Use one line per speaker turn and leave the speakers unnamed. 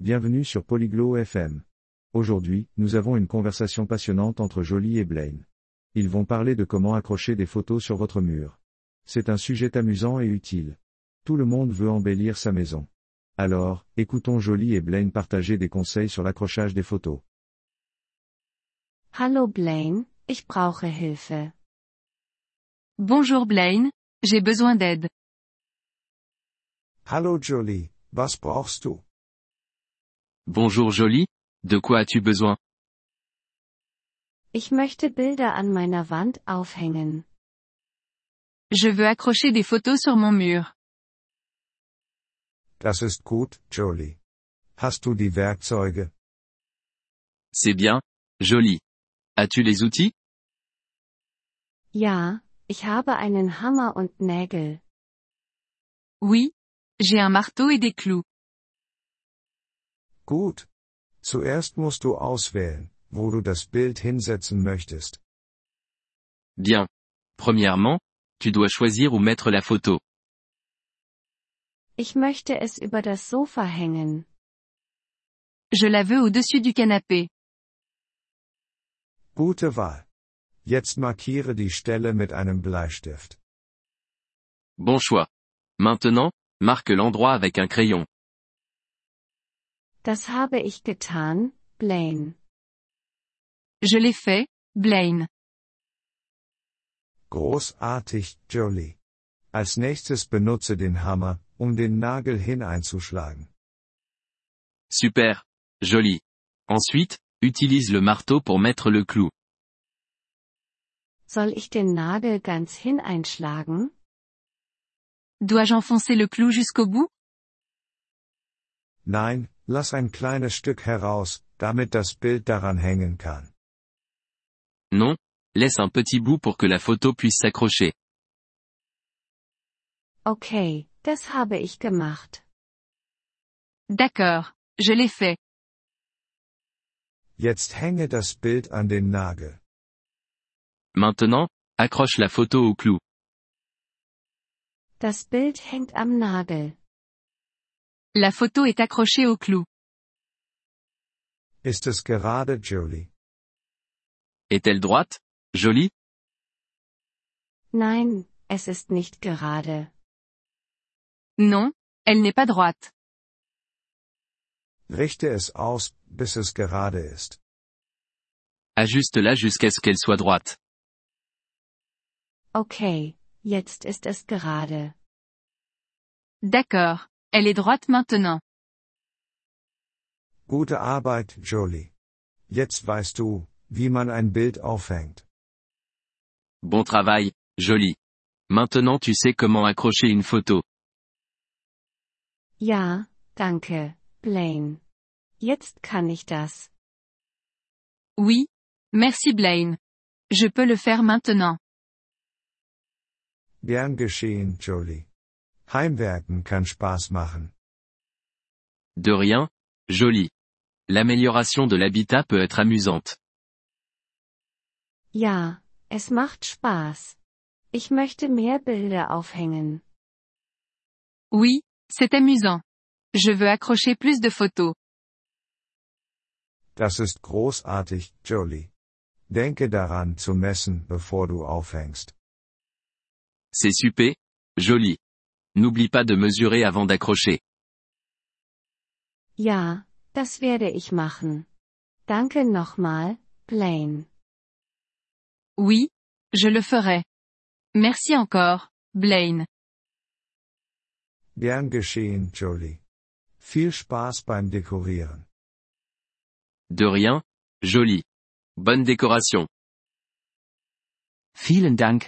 Bienvenue sur Polyglot FM. Aujourd'hui, nous avons une conversation passionnante entre Jolie et Blaine. Ils vont parler de comment accrocher des photos sur votre mur. C'est un sujet amusant et utile. Tout le monde veut embellir sa maison. Alors, écoutons Jolie et Blaine partager des conseils sur l'accrochage des photos.
Hallo Blaine, ich brauche Hilfe.
Bonjour Blaine, j'ai besoin d'aide.
Hallo Jolie, was brauchst du?
Bonjour Jolie, de quoi as-tu besoin
Ich möchte Bilder an meiner Wand aufhängen.
Je veux accrocher des photos sur mon mur.
Das ist gut, Jolie. Hast du die Werkzeuge?
C'est bien, Jolie. As-tu les outils
Ja, ich habe einen Hammer und Nägel.
Oui, j'ai un marteau et des clous.
Gut. Zuerst musst du auswählen, wo du das Bild hinsetzen möchtest.
Bien. Premièrement, tu dois choisir où mettre la photo.
Ich möchte es über das Sofa hängen.
Je la veux au-dessus du canapé.
Gute Wahl. Jetzt markiere die Stelle mit einem Bleistift.
Bon choix. Maintenant, marque l'endroit avec un crayon.
Das habe ich getan, Blaine.
Je l'ai fait, Blaine.
Großartig, Jolie. Als nächstes benutze den Hammer, um den Nagel hineinzuschlagen.
Super. Jolie. Ensuite, utilise le marteau pour mettre le clou.
Soll ich den Nagel ganz hineinschlagen?
Dois-je enfoncer le clou jusqu'au bout
Nein, lass ein kleines Stück heraus, damit das Bild daran hängen kann.
Non, laisse un petit bout pour que la photo puisse s'accrocher.
Okay, das habe ich gemacht.
D'accord, je l'ai fait.
Jetzt hänge das Bild an den Nagel.
Maintenant, accroche la photo au clou.
Das Bild hängt am Nagel.
La photo est accrochée au clou.
Ist es gerade, Jolie?
Est-elle droite Jolie
Nein, es ist nicht gerade.
Non, elle n'est pas droite.
Richte es aus, bis es gerade ist.
Ajuste-la jusqu'à ce qu'elle soit droite.
Okay, jetzt ist es gerade.
D'accord, elle est droite maintenant.
Gute Arbeit, Jolie. Jetzt weißt du, wie man ein Bild aufhängt.
Bon travail, Jolie. Maintenant tu sais comment accrocher une photo.
Ja, danke, Blaine. Jetzt kann ich das.
Oui. Merci Blaine. Je peux le faire maintenant.
Gern geschehen, Jolie. Heimwerken kann Spaß machen.
De rien, joli. L'amélioration de l'habitat peut être amusante.
Ja, es macht Spaß. Ich möchte mehr Bilder aufhängen.
Oui, c'est amusant. Je veux accrocher plus de photos.
Das ist großartig, Jolie. Denke daran zu messen, bevor du aufhängst.
C'est super, joli. N'oublie pas de mesurer avant d'accrocher.
Ja, das werde ich machen. Danke nochmal, Blaine.
Oui, je le ferai. Merci encore, Blaine.
Gern geschehen, Jolie. Viel Spaß beim Dekorieren.
De rien, joli. Bonne décoration.
Vielen Dank,